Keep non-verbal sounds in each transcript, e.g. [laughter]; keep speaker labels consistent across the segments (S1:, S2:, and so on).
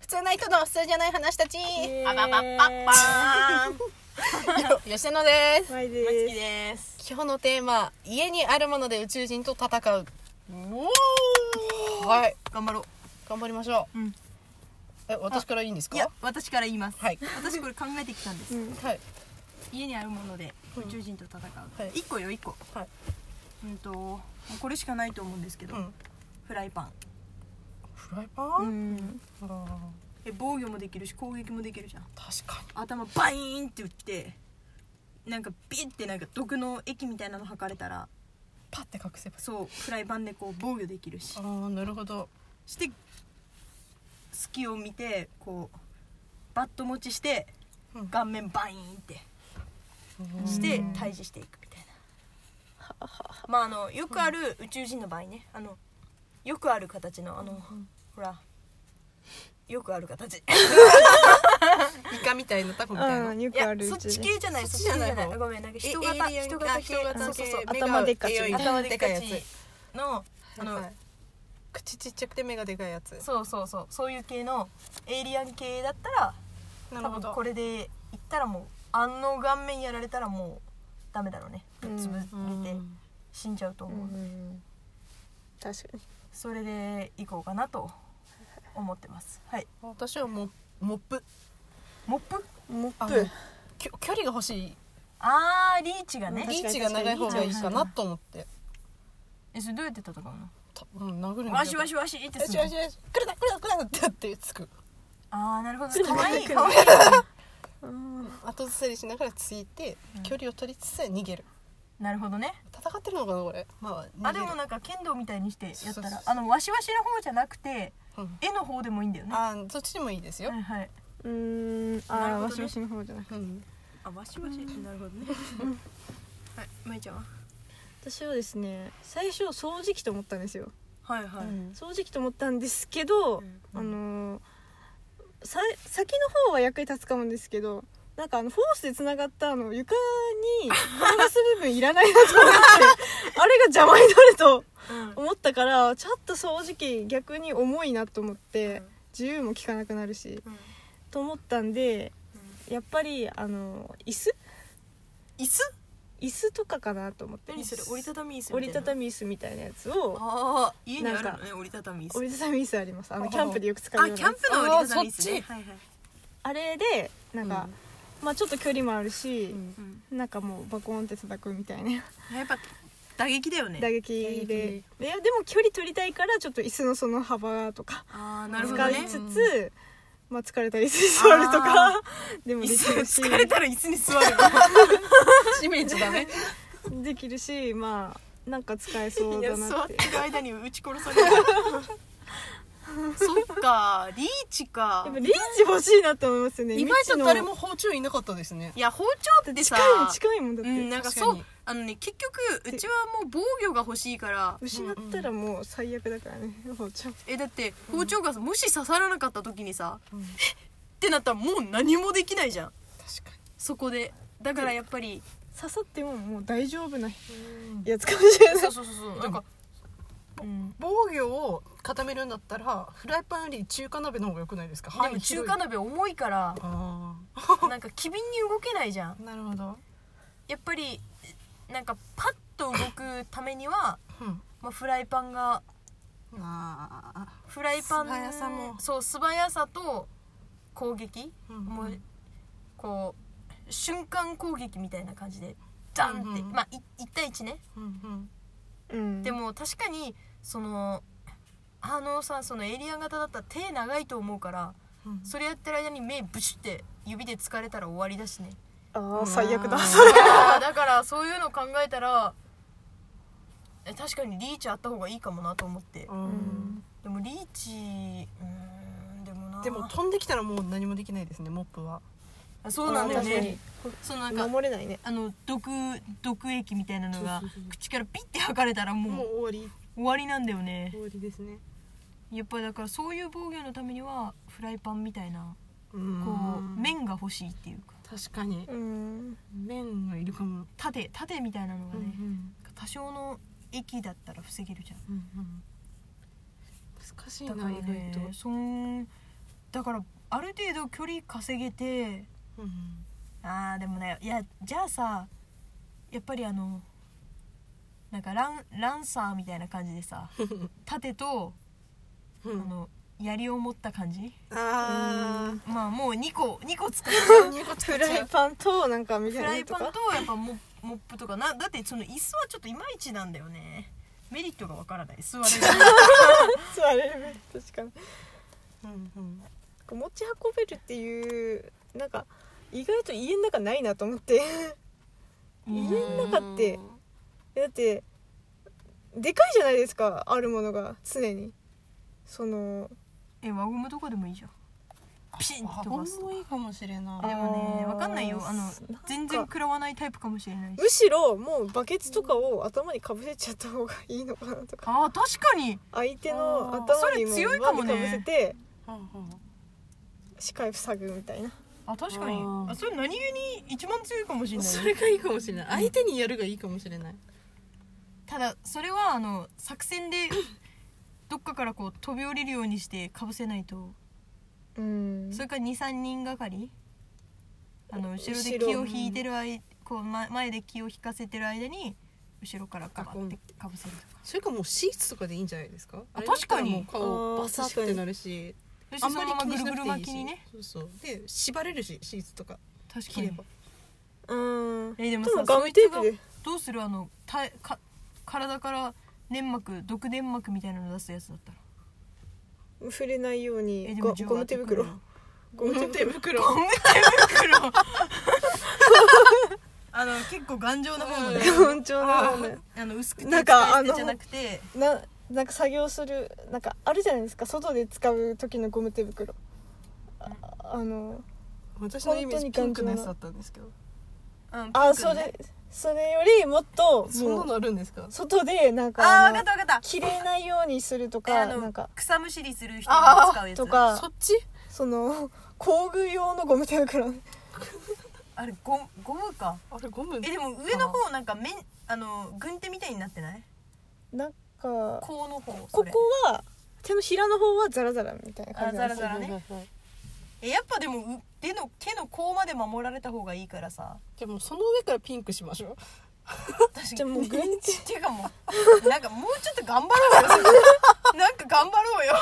S1: 普通な人の普通じゃない話たち
S2: エーイ
S1: あばばっぱっぱーん吉野です
S2: マイ
S3: まつ
S2: で
S3: き
S2: す
S3: です
S1: 今日のテーマ家にあるもので宇宙人と戦う
S3: おお
S1: はい
S3: 頑張ろう
S1: 頑張りましょう、
S3: うん
S1: え私からいいんですか
S3: いや私から言います
S1: はい
S3: 私これ考えてきたんです
S2: うん
S1: はい
S3: 家にあるもので
S1: うん
S3: 宇宙人と戦
S1: は
S3: う
S1: い
S3: 一個よ一個
S1: はい
S3: うんともうこれしかないと思うんですけど
S1: うん
S3: フライパン
S1: フライパ
S2: う
S1: ン、う
S2: ん
S1: ん、
S3: え防御もできるし攻撃もできるじゃん
S1: 確か
S3: 頭バイーンって打ってなんかビッてなんか毒の液みたいなの吐かれたら
S1: にパッて隠せば
S3: そうフライパンでこう防御できるし
S1: ああなるほど
S3: して隙を見てこうバット持ちして
S1: うん
S3: 顔面バイーンってして退治していくみたいなまああのよくある宇宙人の場合ねあのよくある形のあのほらよくある形い
S1: イカみたいなタコみたいな、
S2: うんよくあ
S3: や
S2: る
S3: そっち系じゃないそ
S1: そ
S3: っ
S1: っち
S3: ち系
S1: じ
S3: じ
S1: ゃな
S3: ゃ
S1: い
S3: な
S1: 方
S3: いごめんなんか
S1: 人
S3: 人型
S1: 型
S3: 人型
S1: 人型
S3: そうそうそう
S2: 目が頭でっかち
S1: い
S2: の
S3: 頭でっか
S1: いや
S3: ちのあの、
S1: はい口ちっちゃくて目がでかいやつ
S3: そうそうそうそういう系のエイリアン系だったら
S1: な
S3: 多分これでいったらもうあの顔面やられたらもうダメだろうね
S2: うん
S3: 潰れ
S1: う
S3: て
S1: ん
S3: 死んじゃうと
S2: う
S3: 思う、
S2: ん確かに
S3: それでいこうかなと思ってますはい
S1: 私はモモップ
S3: モップ
S2: モッ
S1: あ
S2: プ
S1: のきょ距離が欲しい
S3: あーリーチがね
S2: 確かに
S1: リーチが長い方がいいかなと思って
S3: えそれどうやって戦うの
S1: たうん殴るんだよ
S3: わしわしわしって
S1: わ
S3: す
S1: し
S3: るの
S1: わしわし来るな来るな来るなってやってつく
S3: あーなるほどかわいいかわいい
S2: うん
S1: 後ずさりしながらついて
S3: うん
S1: 距離を取りつつ逃げる
S3: なるほどね
S1: 戦ってるのかなこれまあ
S3: あ
S1: 逃げ
S3: で
S1: る
S3: もなんか剣道みたいにしてやった
S1: そうそうそう
S3: らあのわしわしの方じゃなくて
S1: うん
S3: 絵の方でもいいんだよねは
S1: あーそっちでもいいですよ
S3: いはい
S2: うんあ
S3: なる
S2: ー
S3: ほどね
S2: わしわしの方じゃない
S1: うん
S3: あわしわしなるほどねはいまいちゃんは
S2: 私はですね最初掃除機と思ったんですよ
S3: はいは
S1: うん
S2: 掃除機と思ったんですけど、
S3: うん
S2: あのーさ先の方は役に立つかもですけどなんかあのフォースでつながったあの床にマンガス部分いらないなと思って [laughs] あれが邪魔になると思ったからちょっと掃除機逆に重いなと思って
S3: うん
S2: 自由も効かなくなるし
S3: うん
S2: と思ったんでやっぱりあの椅子
S3: 椅子
S2: 椅子とかかなと思って
S3: 何それ折りたたみ椅子
S2: 折りたた
S3: み
S2: み椅子みたいなやつを
S3: ああ家にある
S2: なん
S3: の
S2: か
S3: ね折りたたみ椅子
S2: 折りたたみ椅子ありますあのキャンプでよく使うよう
S3: あ
S2: な
S3: キャンプの折りたたみ椅子ね
S1: あーそっち
S3: はいはい
S2: あれでなんか、まあちょっと距離もある
S1: う
S2: し、
S1: ん
S3: うん
S2: なんかもうバコーンって叩くみたいな
S3: やっぱ打撃だよね
S2: 打撃
S1: 打
S2: でいやでも距離取りたいからちょっと椅子のその幅とか
S3: ああなるほど
S2: 使い
S3: ね
S2: つつ、まあ疲れたり椅子に座ると
S3: あ
S2: かでもで
S3: 椅
S2: きるし
S3: 子疲れたら椅子に座る
S1: イメージだね
S2: できるしまあなんか使えそうだ
S3: 座
S2: なっ
S3: って
S2: て
S3: る間に撃ち殺され
S2: [laughs]
S3: るそっかリーチか
S2: やっぱリーチ欲しいなと思いますよね
S1: 意外と
S2: 未知の
S1: 誰も包丁いなかったですね
S3: いや包丁ってさ
S2: 近いもん近いもんだって、
S3: うんなんか
S1: 確か
S3: そ
S1: に
S3: うあのね結局うちはもう防御が欲しいから
S2: 失ったらもう最悪だからね包丁
S3: えだって包丁がさもし刺さらなかった時にさ、
S1: うん
S3: ってなったらもう何もできないじゃん
S1: 確か
S3: そこでだからやっぱり
S2: 刺さってももう大丈夫な
S1: に
S2: やつかもしれない
S3: そうそうそうそうなんか、うん
S1: 防御を固めるんだったらフライパンより中華鍋の方が良くないですか
S3: でも中華
S1: 鍋
S3: 鍋重
S1: [laughs]
S3: いから
S1: ああ
S3: なんか機敏に動けないじゃん
S1: なるほど、
S3: やっぱりなんかパッと動くためには、
S1: うん、
S3: まあ、フライパンが
S1: ああ
S3: フライパン
S1: 素早さも
S3: そう素早さと攻撃、
S1: うん
S3: も
S1: う
S3: うんこう瞬間攻撃みたいな感じでダンって、
S1: うんうん
S3: まあい1対1ね、
S1: うんうん
S2: うん
S3: でも確かにそのあのさそのエイリアン型だったら手長いと思うから
S1: うん
S3: それやってる間に目ブシュって指で疲れたら終わりだしね
S2: ああ最悪だ
S1: うん
S2: それ
S3: あーだからそういうの考えたらえ確かにリーチあった方がいいかもなと思って
S1: うん
S3: でもリーチうーんでもな
S1: でも飛んできたらもう何もできないですねモップは
S3: あそうなんだよ
S2: 確かに
S3: ねそのなんか
S2: 守れないね
S3: あの毒毒液みたいなのが
S1: そうそうそう
S3: 口からピッて吐かれたら
S1: も
S3: も
S1: う
S3: う
S1: 終わり
S3: 終わりなんだよね
S1: 終わりですね
S3: やっぱりだからそういう防御のためにはフライパンみたいな
S1: こ
S3: こう麺が欲しいっていうか
S1: 確かに
S2: うん
S1: 麺がいるかも、
S3: 縦縦みたいなのが
S1: うんう
S3: ね
S1: ん
S3: 多少の液だったら防げるじゃん
S1: うんうん難しい
S3: だか
S1: な
S3: ら
S1: 意外
S3: ね
S1: と
S3: そんだだからある程度距離稼げて
S1: うん
S3: あーでもねいやじゃあさやっぱりあのなんかランランサーみたいな感じでさ盾と、
S1: う
S3: あ
S1: ん
S3: の槍を持った感じ
S1: あ
S3: まあもう2個2個使う
S1: ーいうこと
S2: フライパンとなんかみ
S3: フ
S2: た
S3: ラ
S2: い
S3: イ
S2: なと
S3: パン
S2: か
S3: とやっぱモモップとかなだってその椅子はちょっといまいちなんだよねメリットがわからない座れる
S2: 座れる確かに
S1: うんうん
S2: こう持ち運べるっていうなんか意外と家の中ないなと思って家の中ってだってでかいじゃないですかあるものが常にその
S3: え輪ゴムとかでもいいじゃんピシンって飛ばす
S1: あほんもいいかもしれない
S3: でもね
S2: あー
S3: わかんないよあの
S2: なんか
S3: 全然食らわないタイプかもしれないし
S2: むしろもうバケツとかを頭にかぶせちゃった方がいいのかなとか
S3: あー確かに
S2: 相手の
S1: あー
S2: 頭に
S3: それ
S2: も
S3: 強いかもね
S2: ぶせて
S1: うんうん
S2: 視界塞ぐみたいな
S3: あ確か
S1: あ
S3: に
S1: ー
S3: あそれ何気に一番強いかもしれない
S1: そ
S3: ね、
S1: れがいいかもしれない相手にやるがいいかもしれない
S3: ただそれはあの作戦 [laughs] でどっかからこう飛び降りるようにしてかぶせないと
S2: うん
S3: それから23人がかりあの後ろで
S2: 後ろ
S3: 気を引いてる間こう前前で気を引かせてる間に後ろからかばってかぶせるとか
S1: それかもうシーツとかでいいんじゃないですか
S3: あ確か
S1: あ
S3: に
S1: れだったらもう顔バサってなるし
S3: そして
S1: あ
S3: そ
S1: んまり
S3: のまま
S1: 気
S3: ぐ
S1: に
S3: る
S1: しな
S3: ぐ
S1: くて
S3: る
S1: い
S3: 巻
S1: い
S3: き
S1: し
S3: にね
S1: そうそうで縛れるしシーツとか
S3: 確か
S1: 切れ
S3: に
S1: ば
S2: うん
S3: えでも
S2: で
S3: さ
S2: もガ
S3: そ
S2: ム
S3: い
S2: テ
S3: つ
S2: ー
S3: が
S2: プで
S3: どうするあのたか体から粘膜毒粘膜みたいなの出すやつだったら
S2: 触れないようにゴ
S3: 銃
S2: ゴム手袋
S3: 当てて
S2: ゴム手袋
S1: 袋
S3: くるよゴム手袋あの結構頑丈なもので
S2: 本当だ
S3: あの薄くて
S2: なんか
S3: 使い捨てじゃなくて
S2: ななんか作業するなんかあるじゃないですか外で使う時のゴム手袋ああの
S1: 私
S2: のイメージピンクのやつだ
S1: ったんですけど
S3: うん
S2: あ
S3: ピンク
S2: そ
S3: のね
S2: れそれよりもっと
S1: そんな
S2: もう
S1: のあるんですか
S2: 外でなんか
S3: あー
S2: あ
S3: 分か
S2: の
S3: った分かった
S2: 切れないようにすると
S3: え
S2: か
S3: あの
S2: なんか
S3: 草むしりする人が使うやつ
S2: とか
S1: そっち
S2: その工具用のゴム手袋
S3: あれゴゴムか
S1: あれゴム
S3: えでも上の方なんか面あの軍手みたいになってない
S2: なんか
S3: 甲の方そ
S2: ここ
S3: れ
S2: は手のひらの方はザラザラみたいな感じなん
S3: あザ
S2: です
S3: ラザラねえやっぱでもう手の手の甲まで守られた方がいいからさ
S1: じゃあもうその上からピンクしましょう
S3: 私
S2: じゃあもう軍手
S3: [laughs] っていうかもうなんかもうちょっと頑張ろうよ [laughs] それなんか頑張ろうよ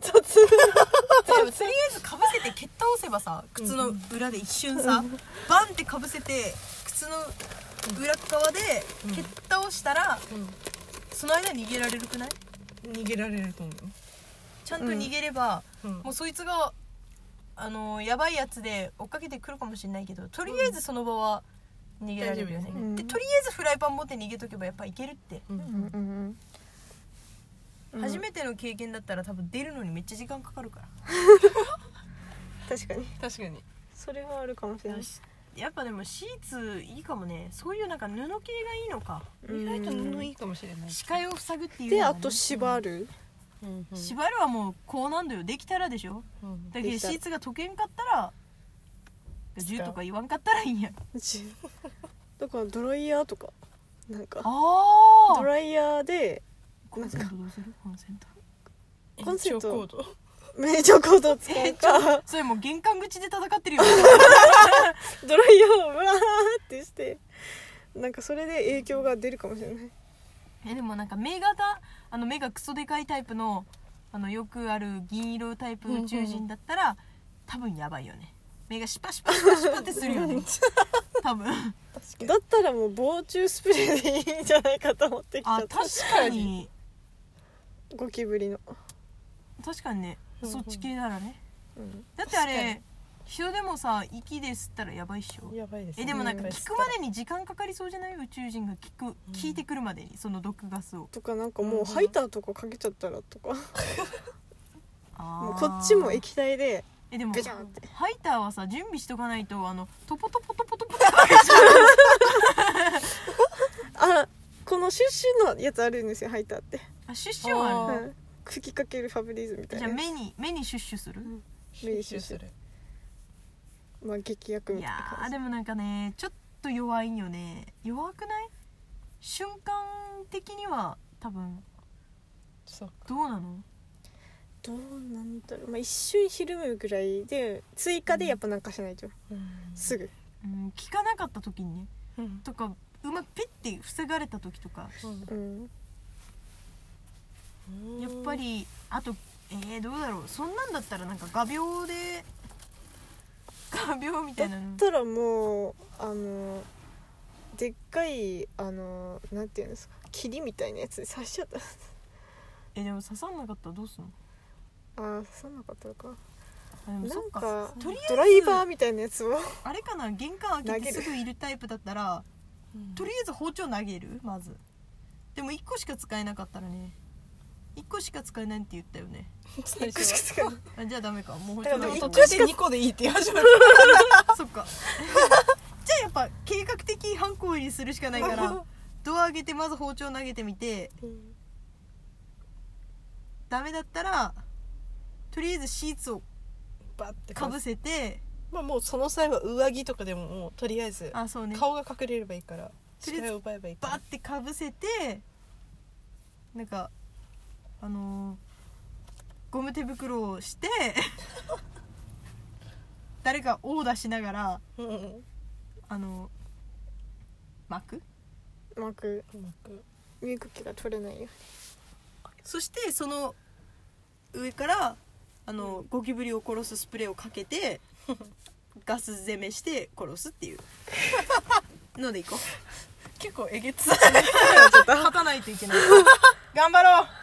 S2: 雑
S3: でもとりあえずかぶせて蹴っ倒せばさ靴の裏で一瞬さバンってかぶせて靴の裏側で蹴っ倒したら、その間逃げられるくない
S1: 逃げられると思
S3: ちゃんと逃げれば、
S1: ううん
S3: もうそいつがあのやばいやつで追っかけてくるかもしれないけどとりあえずその場は逃げられるよ
S1: 大丈
S3: ね、
S1: 夫です
S2: ね
S3: でとりあえずフライパン持って逃げとけばやっぱいけるって、
S1: う
S2: うんんうんうん
S3: 初めての経験だったら多分出るのにめっちゃ時間かかるから
S2: 確かに
S1: 確かに
S2: それはあるかもしれない
S3: やっぱでもシーツいいかもねそういうなんか布系がいいのか
S1: 意外と布いいかもしれない
S3: 視界を塞ぐっていうの
S2: で
S3: がね
S2: あと縛る
S1: うんうん
S3: 縛るはもうこうなんだよできたらでしょ
S1: うん
S3: だけど
S2: できた
S3: シーツが溶けんかったら銃とか言わんかったらいいんや
S2: うちだからドライヤーとかなんか
S3: あ
S2: ドライヤーで
S3: コンセントどうするコンセント
S2: コンセン
S1: 延
S2: ト
S1: 長コード
S2: 名城コードを使うか
S3: それもう玄関口で戦ってるよ
S2: ドライヤーをブラーってしてなんかそれで影響が出るかもしれない
S3: [laughs] えでもなんか目型あの目がクソでかいタイプのあのよくある銀色タイプ宇宙人だったら多分やばいよね目がシパシパシパシパってするよね多分
S2: だったらもう防虫スプレーでいいんじゃないかと思ってきちゃ
S3: あ
S2: っ
S3: 確
S2: た
S3: かに
S2: ゴキブリの、
S3: 確かにね
S1: うんうん
S3: そっち系ならね
S2: うん
S3: だってあ
S1: 確か
S3: れ人でもさ息で吸ったらやばいっしょ
S1: やばいです
S3: え
S1: ね
S3: でもなんか
S2: うん
S3: 聞くまでに時間かかりそうじゃない宇宙人が聞く聞いてくるまでにその毒ガスを
S2: とかなんかもうハイターとかかけちゃったらとかも
S3: も
S2: うこっちも液体で
S3: えでも
S2: ベチャンって
S3: ハイターはさ準備しとかないとあのトポトポトポトポトポ
S2: あこのシュッシュのやつあるんですよハイターって、
S3: あシュッシュはあ
S1: あ
S3: る
S2: うん、吹きかけるファブリーズみたい
S3: じ
S2: な
S3: ゃあ
S2: や
S3: 目に目にシュッシュする
S2: ん目にシュッシュ
S1: る
S2: まあ劇薬み
S3: い
S2: たい
S3: や
S2: な
S3: ー
S2: 感じ
S3: でもなんかねちょっと弱いよね弱くない瞬間的には多分
S1: そう
S3: どうなの
S2: どうなんだろう、まあ、一瞬ひるむぐらいで追加でやっぱなんかしないと、すぐ
S3: うん、聞かなかった時にね
S1: うん
S3: とかうまくピッて防がれた時とか
S2: うん
S3: やっぱりあとえー、どうだろうそんなんだったらなんか画鋲で画鋲みたいなの
S2: たらもうあのでっかいあのなんていうんですか霧みたいなやつで刺しちゃった [laughs]
S3: えでも刺さんなかったらどうすんの
S2: ああ刺さなかったのか
S3: あでも
S2: な
S3: そっ
S2: ん
S3: か
S2: か
S3: とりあえず
S2: ドライバーみたいなやつを [laughs]
S3: あれかな玄関開けてすぐいるタイプだったらとりあえず包丁投げるまずでも1個しか使えなかったらね1個しか使えないって言ったよね
S2: 一個しか使わない
S3: あじゃあダメかもう包
S2: だ
S3: 丁
S2: から
S1: でも
S2: 一
S1: 途
S2: 丁
S1: 中で
S2: しか
S1: 2個でいいって言い始める
S3: そっか [laughs] じゃあやっぱ計画的犯行にするしかないからドア開けてまず包丁投げてみて
S2: うん
S3: ダメだったらとりあえずシーツを
S1: バッて
S3: かぶせて
S1: まあもうその際は上着とかでももうとりあえず
S3: あそうね
S1: 顔が隠れればいいから
S3: と
S1: 視
S3: りあえず
S1: 界を奪えばいいか
S3: バ
S1: ら
S3: ッてかぶせてなんかあのーゴム手袋
S1: [laughs]
S3: をして誰かオーダーしながら
S1: うんうん
S3: あのー巻く
S2: [laughs] まく
S1: うまく
S2: 身動きが取れないよ
S3: そしてその上からあの、ゴキブリを殺すスプレーをか
S1: [laughs]
S3: けてガス攻めして殺すっていうのでいこう [laughs]
S1: 結構えげつ [laughs]
S3: 勝たないといけない頑張ろう